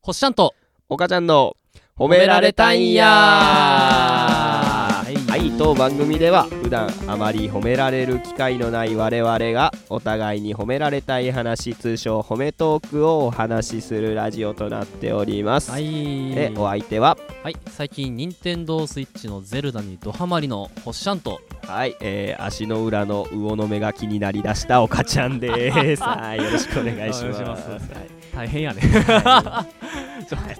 こっしゃんとおかちゃんの褒められたんやはい、当番組では普段あまり褒められる機会のない我々がお互いに褒められたい話通称褒めトークをお話しするラジオとなっております、いでお相手ははい、最近任天堂スイッチのゼルダにドハマりのほっしゃんとはい、えー足の裏の魚の目が気になりだしたおかちゃんです はいよろしくお願いしますお願いしますはい大変やねちょっと待っては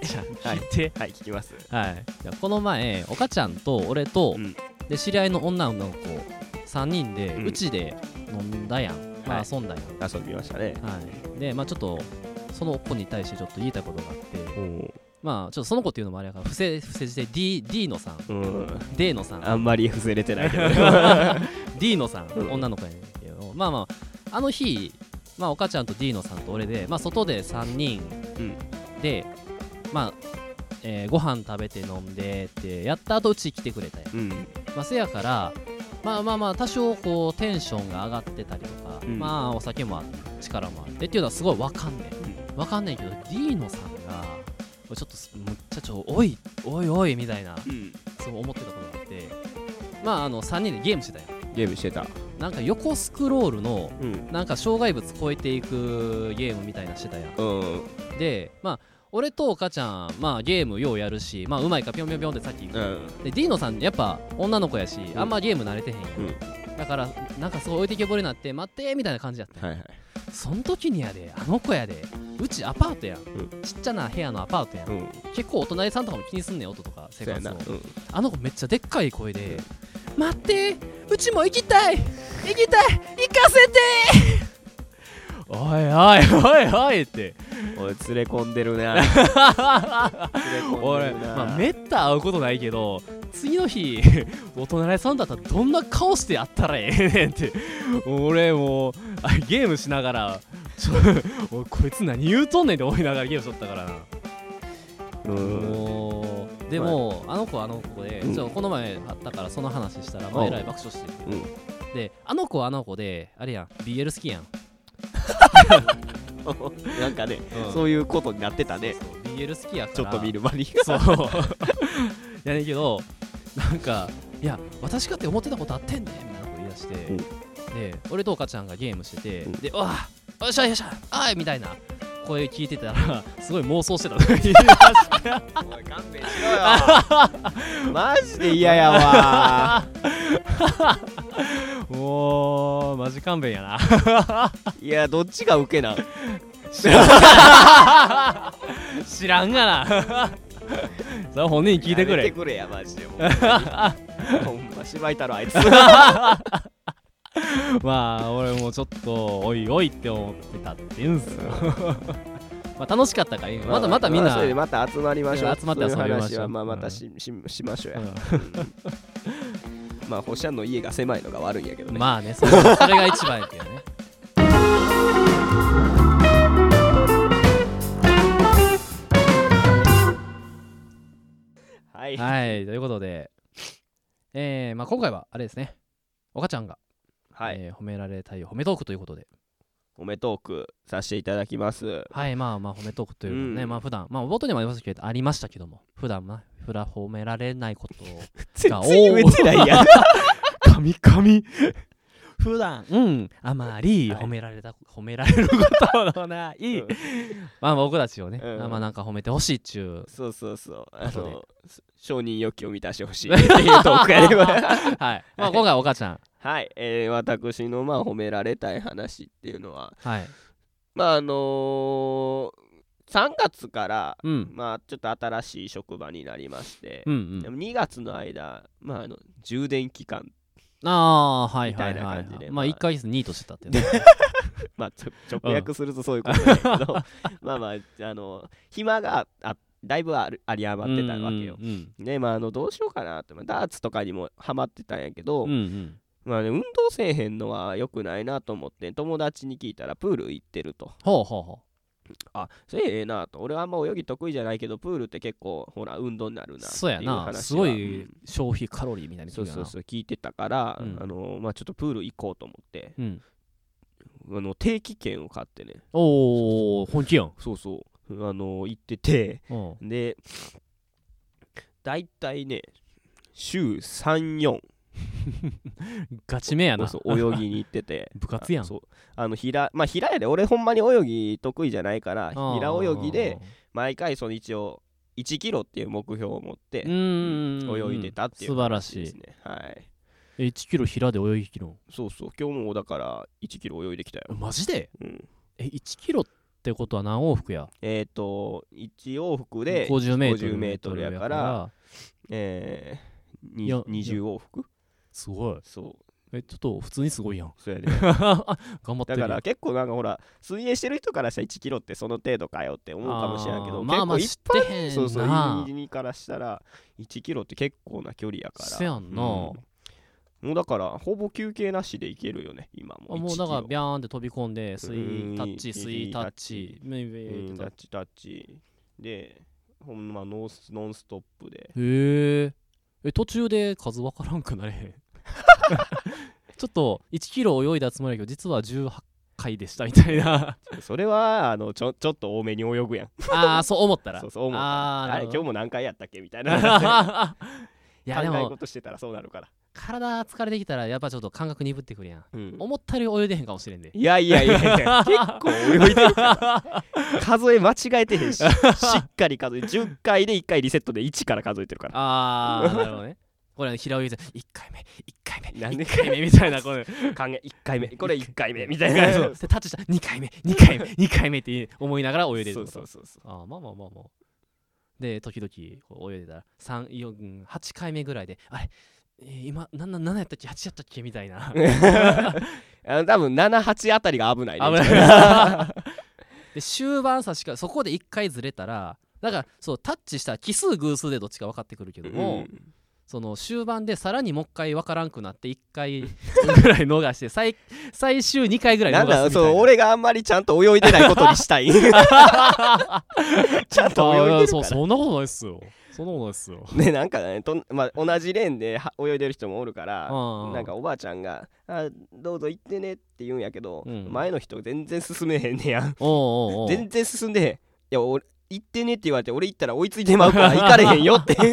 い聞いてはい聞きますはい、いやこの前おかちゃんと俺と、うんで知り合いの女の子3人でうんうち、で飲んだやん、まあはい遊んだやん、遊びましたねはい、でまあちょっとその子に対してちょっと言いたいことがあってうんまあちょっとその子っていうのもあれやから不正不正して D, D のさんうん、 D のさんあんまり伏せれてないけ ど D のさん、うん女の子やねんけどまあまああの日まあおかちゃんと D のさんと俺でまあ外で3人うんで、まあ、えーご飯食べて飲んでってやった後うち来てくれたやん、うんまあ、せやからまあまあまあ多少こうテンションが上がってたりとか、うんまあお酒もあって力もあってっていうのはすごいわかんねんわかんねんけど D のさんがこれちょっとすむっちゃちょおいおいおいみたいなうんそう思ってたことがあってまああの3人でゲームしてたやんゲームしてたなんか横スクロールのうんなんか障害物越えていくゲームみたいなしてたやんうんでまあ俺とおかちゃんまあゲームようやるしまあうまいかピョンピョンピョンってさっき言っうた、んでディーノさんやっぱ女の子やし、んあんまゲーム慣れてへんやん、うんだからなんかすごい置いてけぼりになって待ってーみたいな感じやったはいはいそん時にやであの子やでうちアパートやん、んちっちゃな部屋のアパートやん、うん結構お隣さんとかも気にすんねん音とか生そうや活なをうんあの子めっちゃでっかい声で「待ってうちも行きたい行きたい行かせて!」おいおいおいおい って俺連れ込んでる な連れ込んでるな俺、まあ、めった会うことないけど次の日 お隣さんだったらどんな顔してやったらええねんって俺もうあゲームしながらちょ おいこいつ何言うとんねんって思いながらゲームしとったからなうんもうでも、あの子はあの子で、うんちょこの前あったからその話したら、まあ、うんえらい爆笑してて、うんであの子はあの子であれやん BL 好きやん、なんかねうんそういうことになってたねそう BL 好きやからちょっと見る間にそう やねんけどなんかいや私かって思ってたことあってんねみたいなこと言い出して、うんで俺とおかちゃんがゲームしてて、うんでうわあよっしゃよっしゃあいみたいな声聞いてたら すごい妄想してたの 言い出して おい勘弁しろよマジで嫌やわ もうマジ勘弁やな いやどっちがウケなん知らんがな それは本人に聞いてくやれめてくれやマジでも うほんましまいたろ あいつまあ俺もちょっとおいおいって思ってたって言うんす よまあ楽しかったから今まだまたみんあな、それでまた集まりましょう集まって遊びましょうそういう話はまあまたしししましょうやまあ星ちゃんの家が狭いのが悪いんやけどうんねまあねそれそれが一番やけど ねはいはいということでえー、まあ今回はあれですね岡ちゃんが、はいえー褒められたい褒めトークということでおめトークさせていただきますはいまあまあ褒めトークというのはね、うんまあ普段まあ冒頭にもありましたけどありましたけども普段まあふら褒められないことを全然言えてないやん神 神普段うんあまりはい褒められた、褒めら れることのない、うんまあ僕たちをね、うんあまあなんか褒めてほしいっちゅうそうそうそうあ後での承認欲求を満たしてほしいっていうトークや ねはいまあ今回お母ちゃんはい、えー私のまあ褒められたい話っていうのははいまああのー、3月からうんまあちょっと新しい職場になりましてうんう、でんも2月の間、まあ、あの充電期間、ああーはいはいみたいは、ない感じでまあまあ1ヶ月ニートしてたっていうねまあ、ちょ直訳するとそういうことだけど まあまああの暇があだいぶある有り余ってたわけよ。うんうんでまあ、あのどうしようかなって、まあダーツとかにもハマってたんやけど、うんうんまあね、運動せえへんのは良くないなと思って友達に聞いたらプール行ってるとほうほうほあそれええなと俺はあんま泳ぎ得意じゃないけどプールって結構ほら運動になるうなっていう話そうやなはすごういん消費カロリーみたいなそうそううそう聞いてたから、うんあのまあ、ちょっとプール行こうと思ってうんあの定期券を買ってねおお本気やんそうそうあの行っててうんでだいたいね週34ガチめやなこそ泳ぎに行って て部活やんあそうあの平まあ平やで俺ほんまに泳ぎ得意じゃないからあー平泳ぎで毎回その一応1キロっていう目標を持って泳泳いでたっていう素晴ら感しじですいね、はいえ1キロ平で泳ぎきのそうそう今日もだから1キロ泳いできたよ、マジでうん、え1キロってことは何往復やえっ、と1往復で50メートル ,50 メートルやからえー、によ20往復すごいそうえちょっと普通にすごいやんそれであ 頑張ってだるやかんら結構なんかほら水泳してる人からしたら1キロってその程度かよって思うかもしれないけあどーまあまあ知結って構へんなそうそう人間からしたら1キロって結構な距離やからせやんなうんもうだからほぼ休憩なしでいけるよね今もあもうだからビャャーンって飛び込んでスイうんタッチスイタッチメイウェイってタタッッチタッチでほんまノースノンストップでチへええ途中で数わからんくなれへん ちょっと1キロ泳いだつもりだけど実は18回でしたみたい なそれはあのちょちょっと多めに泳ぐやんああそう思ったらそうそう思うあーあれ今日もも何回やったっけみたいな いやで考えも事してたらそうなるから、体疲れてきたらやっぱちょっと感覚鈍ってくるやんうん思ったより泳いでへんかもしれんでいやいやいやい や結構泳いでるから数え間違えて へんししっかり数え10回で1回リセットで1から数えてるからああなるほど ねこれは平泳ぎで1回目1回目なんで1回目みたいなこれ考え1回目これ1回目 みたいなそうでタッチした2回目2回 目2回目って思いながら泳いでるそっうてことそうそうそうあーまあまあまあまあで時々こう泳いでたら3 4うん8回目ぐらいであれえー今なな7やったっけ8やったっけみたい な危あの多分78あたりが危ないねない で終盤差しかそこで1回ずれたらだからそうタッチしたら奇数偶数でどっちか分かってくるけども、うんその終盤でさらにもう一回分からんくなって1回ぐらい逃して最最終2回ぐらい逃すなんみたいなだそう俺があんまりちゃんと泳いでないことにし たいちゃんと泳いあでーそるうからそんなことないっすよそんなことないっすよねなんかねと、まあ、同じレーンでは泳いでる人もおるからうんうんなんかおばあちゃんが「あどうぞ行ってね」って言うんやけど、うん前の人全然進めへんねやんおうおうおう全然進んでへんいや俺行ってねって言われて俺行ったら追いついてまうから行かれへんよって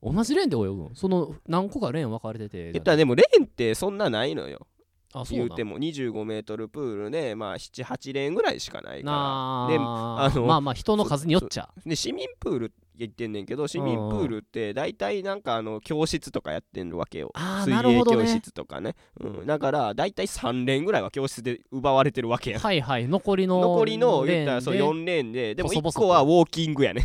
同じレーンで泳ぐんその何個かレーン分かれてて言ったらでもレーンってそんなないのよあそう言なんうても2 5ルプールで、まあ、78レーンぐらいしかないかなあでああのまあまあ人の数によっちゃらで市民プール行ってんねんけど市民プールって大体なんかあの教室とかやってるわけよあー水なる泳ほど教ね室とかねうん、だから大体3レーンぐらいは教室で奪われてるわけやんはいはい残りの残りのレーン言ったらそうで4レーンででも細々1と個はウォーキングやね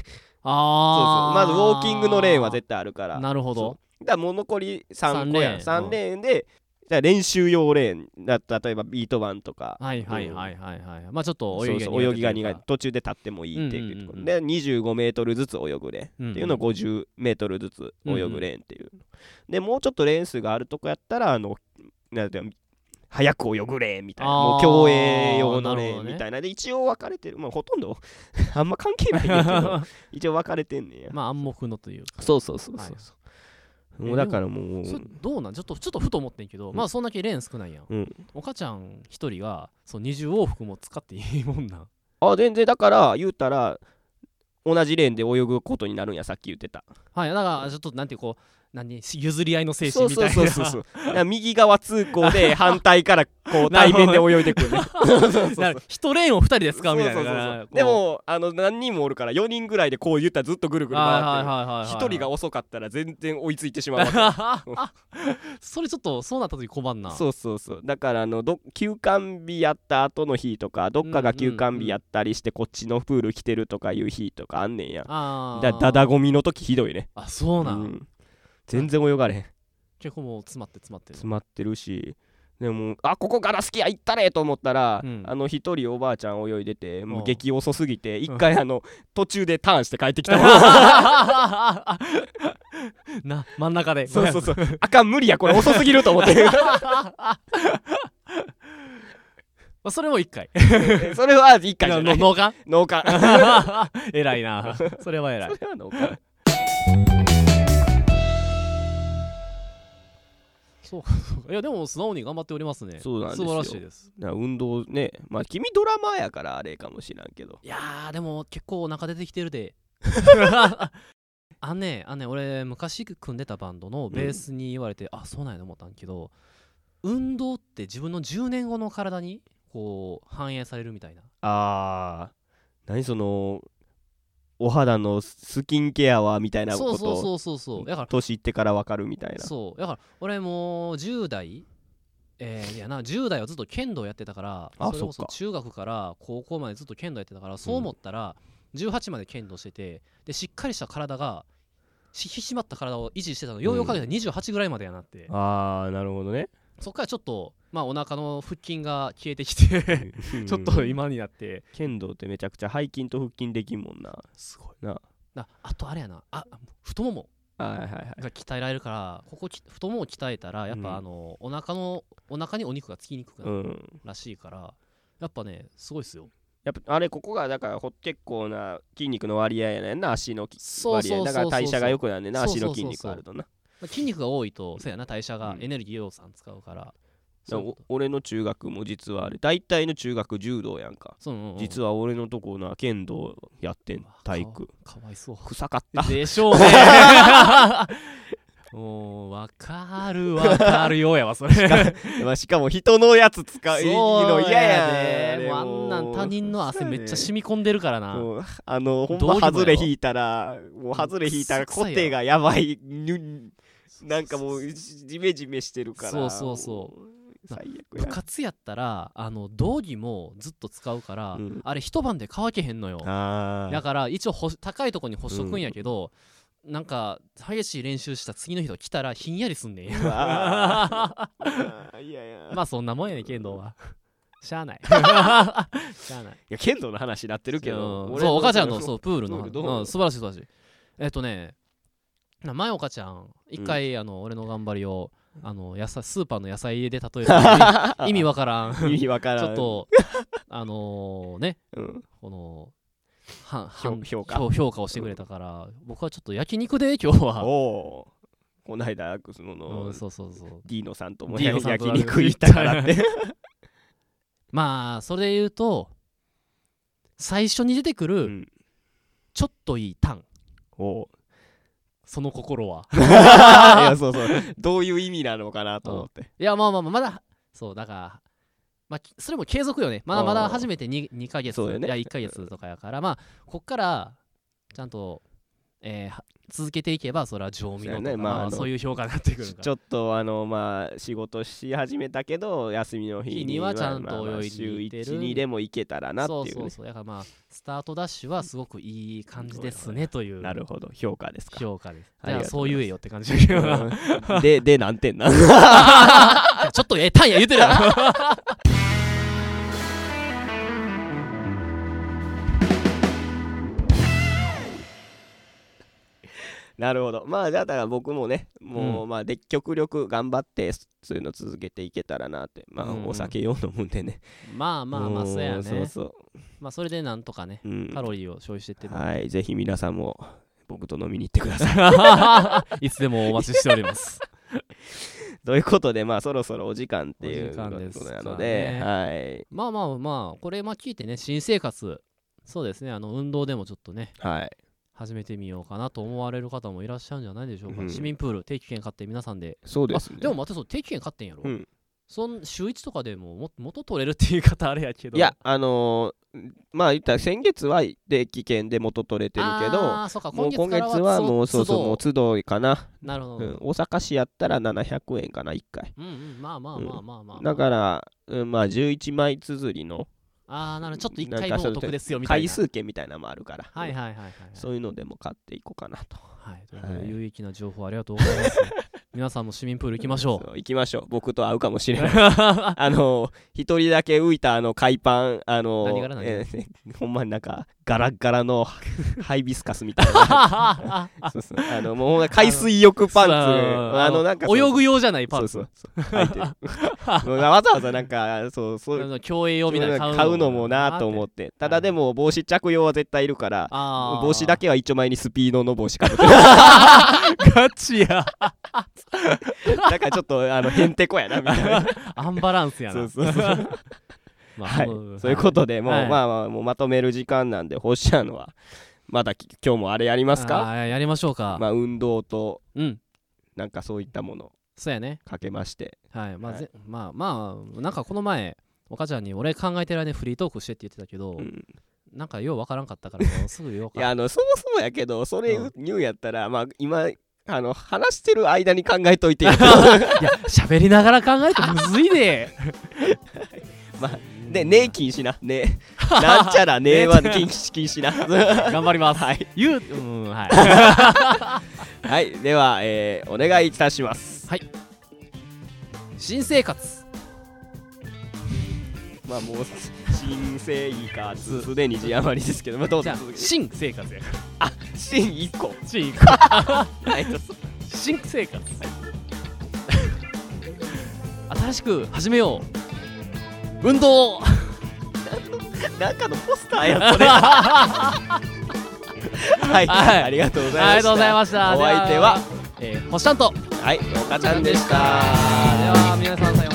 そうそうあまあずウォーキングのレーンは絶対あるからなるほどそうだからもう残り3個やん三3レレーンでじゃあ練習用レーンだ例えばビート板とかはいはいはいはいはいまあちょっとそう泳ぎそう泳ぎが苦いとうか途中で立ってもいいっていううんうんうんで25メートルずつ泳ぐレーンっていうのをうん50メートルずつ泳ぐレーンっていうでもうちょっとレーン数があるとこやったらあのなんていうの早く泳ぐレーンみたいなもあうー競泳用なのレるーほンどねみたいなで一応分かれてるまあほとんど あんま関係ないんだけ ど一応分かれてんねや まあ暗黙のというかそうそうそうはそいうそうもうだからもうそれどうなんちょっとちょっとふと思ってんけど、うんまあそんだけレーン少ないやん、うんお母ちゃん一人がそう20往復も使っていいもん なんあ全然だから言うたら同じレーンで泳ぐことになるんやさっき言ってたはいだからちょっとなんていうこう何譲り合いの精神みたいなそうそうそうそうだから右側通行で反対から こう対面で泳いでく るねそう そうそうだから一レーンを二人で使うみたいなそうそうそうそうこうでもあの何人もおるから4人ぐらいでこう言ったらずっとぐるぐる回ってる、あーはいはいはいはい1人が遅かったら全然追いついてしまうわけ がそれちょっとそうなった時困んなそうそうそうだからあのど休館日やった後の日とかどっかが休館日やったりしてこっちのプール来てるとかいう日とかあんねんやあーだだだゴミの時ひどいねあそうなん、うん全然泳がれへん結構もう詰まって詰まってる 詰まってるしでもあここガラスきや行ったねと思ったら、うんあの一人おばあちゃん泳いでてもううん激遅すぎて一回あの途中でターンして帰ってきたわな真ん中でそうそうそうあかん無理やこれ遅すぎると思ってまあそれも一回 それは一回じゃない農家農 家 偉いなそれは偉いそれは農家そうかそうかいやでも素直に頑張っておりますねそうなんですよ素晴らしいですな運動ねまあ君ドラマーやからあれかもしらんけどいやーでも結構お腹出てきてるで あんねあんね俺昔組んでたバンドのベースに言われて、あそうなんやと思ったんけど運動って自分の10年後の体にこう反映されるみたいなあー何そのお肌のスキンケアはみたいなこそうとそうそうそうそうだから年いってから分かるみたいなそうだから俺もう10代えーいやな10代はずっと剣道やってたからあそれこそそっか中学から高校までずっと剣道やってたからそう思ったら18まで剣道しててでしっかりした体がし引き締まった体を維持してたのようようかけて28ぐらいまでやなって、ああなるほどねそっからちょっとまあお腹の腹筋が消えてきて ちょっと今になって剣道ってめちゃくちゃ背筋と腹筋できんもんなすごいななあとあれやなあ太ももあはいはいはいが鍛えられるからここき太ももを鍛えたらやっうんぱあの、お腹のお腹にお肉がつきにくくなるうんらしいからやっぱねすごいっすよやっぱあれここがだからほ結構な筋肉の割合やねんな足のきそう割そう合そうそうだから代謝が良くなんねんなそうそう足そうの筋肉あるとなまあ筋肉が多いとそうやな代謝がうんエネルギー量産使うから、だからお俺の中学も実はあれ大体の中学柔道やんかそういうこと実は俺のとこな剣道やってんわ体育かわいそう臭かった でしょうねもうわかるわかるようやわそれまあしかも人のやつ使うそのう嫌ややねでもうあんなん他人の汗めっちゃ染み込んでるからなもうあのほんどうまにもやろ外れ引いたらもう外れ引いたら臭いコよテがやばいぬなんかもうじじめじめしてるからそうそうそうう最悪部や活やったらあの道着もずっと使うから、うんあれ一晩で乾けへんのよあだーから一応保高いとこに干しとくんやけど、なんか激しい練習した次の日とか来たらひんやりすんねんうわまあーいやいや あそんなもんやねん剣道はしゃあ ないしゃあないいや剣道の話になってるけうどん俺そうお母ちゃんのそううプールのプールどう思ううん素晴らしい素晴らしいえっとねな前お母ちゃん一回、あの俺の頑張りをあの野菜スーパーの野菜で例えた 意味意味わからんち意味わからょんっとあのねうんこのは評は評価評評価をしてくれたから、僕はちょっと焼肉で今日はおおこないだそうのん、そうそうそうディーノさんともディーノさんと焼肉行ったか らってまあそれで言うと最初に出てくうるんちょっといいタン おうその心 はいやそうそうどういう意味なのかなと思っていやまあまあまあまだそうだからまあきそれも継続よねまだまだ初めて 2, 2ヶ月そうだよねいや1ヶ月とかやからまあこっからちゃんと、えーは続けていけばそれは上味のとかそうやねまあまああのそういう評価になってくるからちょっとあのまあ仕事し始めたけど休みの日日ににはちゃんとまあまあまあ泳いでいってる週12でも行けたらなっていう,、ね、そうそうそうだからまあスタートダッシュはすごくいい感じですねというなるほど評価ですか評価ですあじりゃがあとうそごうざいます言えよって感じだけどなうんでで何点なのいや ちょっとええタンや言うてるやろなるほどまあだから僕もねもう、うまあで極力頑張ってそういうの続けていけたらなってまあ、うんうんお酒を飲むんでねまあ まあまあもそうやねそうそまあそれでなんとかねう、うん、カロリーを消費してってもはいぜひ皆さんも僕と飲みに行ってください いつでもお待ちしております。ということでまあそろそろお時間っていおう時こ間とですかねなのではいまあまあまあ、これまあ聞いてね、新生活、そうですね、あの運動でもちょっとね、はい始めてみようかなと思われる方もいらっしゃるんじゃないでしょうか。うん市民プール、定期券買って皆さんで。そうあですねでも待って、そう、定期券買ってんやろ。うんそん週1とかでもも元取れるっていう言い方あれやけど。いや、あのーまあ言ったら先月は定期券で元取れてるけどあーそうかも今う月今か月らはもうそうそうもう都都度かな、度なるほうど。うんん、大阪市やったら700円かな1回うん、まあまあまあまあまあ。だから、うん、まあ11枚綴りのああ、なるほどちょっと一なん回か分そうお得ですよみたいな。回数券みたいなのもあるから、はいうんはいはいはいはい。そういうのでも買っていこうかなとはい、ということではい有益な情報ありがとうござい ます。皆さんも市民プール行きましょう。そう行きましょう僕と会うかもし れないあのー一人だけ浮いたあの海パンあのー何柄何柄えーほんまになんかガラッガラのハイビスカスみたいな そうそうあのもうほんま海水浴パンツあのなんかそう泳ぐ用じゃないパンツそう。そうそう履いてるもうわざわざなんかそうそうあの競泳用みたいな買うのもなと思って。ってただでも帽子着用は絶対いるからあー 帽子だけは一丁前にスピードの帽子かぶってガチや。なんかちょっとあのへんてこやなみたいなアンバランスやな そうそうそうまあはいのそういうことでもう、はいまあまあもうまとめる時間なんで星ちゃんはまだき今日もあれやりますかあーやりましょうか、まあ運動とうんなんかそういったものそうやねかけましてはいまあ、はいぜまあまあなんかこの前お母ちゃんに俺考えてる間にフリートークしてって言ってたけど、うんなんかようわからんかったからもうすぐ言おういかやあのそもそもやけどそれうん言うんやったら、まあ今あの話してる間に考えとい てよいや喋りながら考えるとむずいでまあで「ねえ禁止な」ね「なんちゃら ねえは禁止禁止な」 頑張ります、はい、言ううんはいはいでは、えーお願いいたします新生活まあもう新生いいかすでに字余りですけど、まあ、どうじぞゃあ続けて新生活やから新1個新はいどうぞ新生活新しく始めよ う運動なんかのポスターやそれ はい、はいありがとうございましたありがとうございましたお相手 はではえー、星ちゃんとはい岡ちゃんでしたでは皆さんさようなら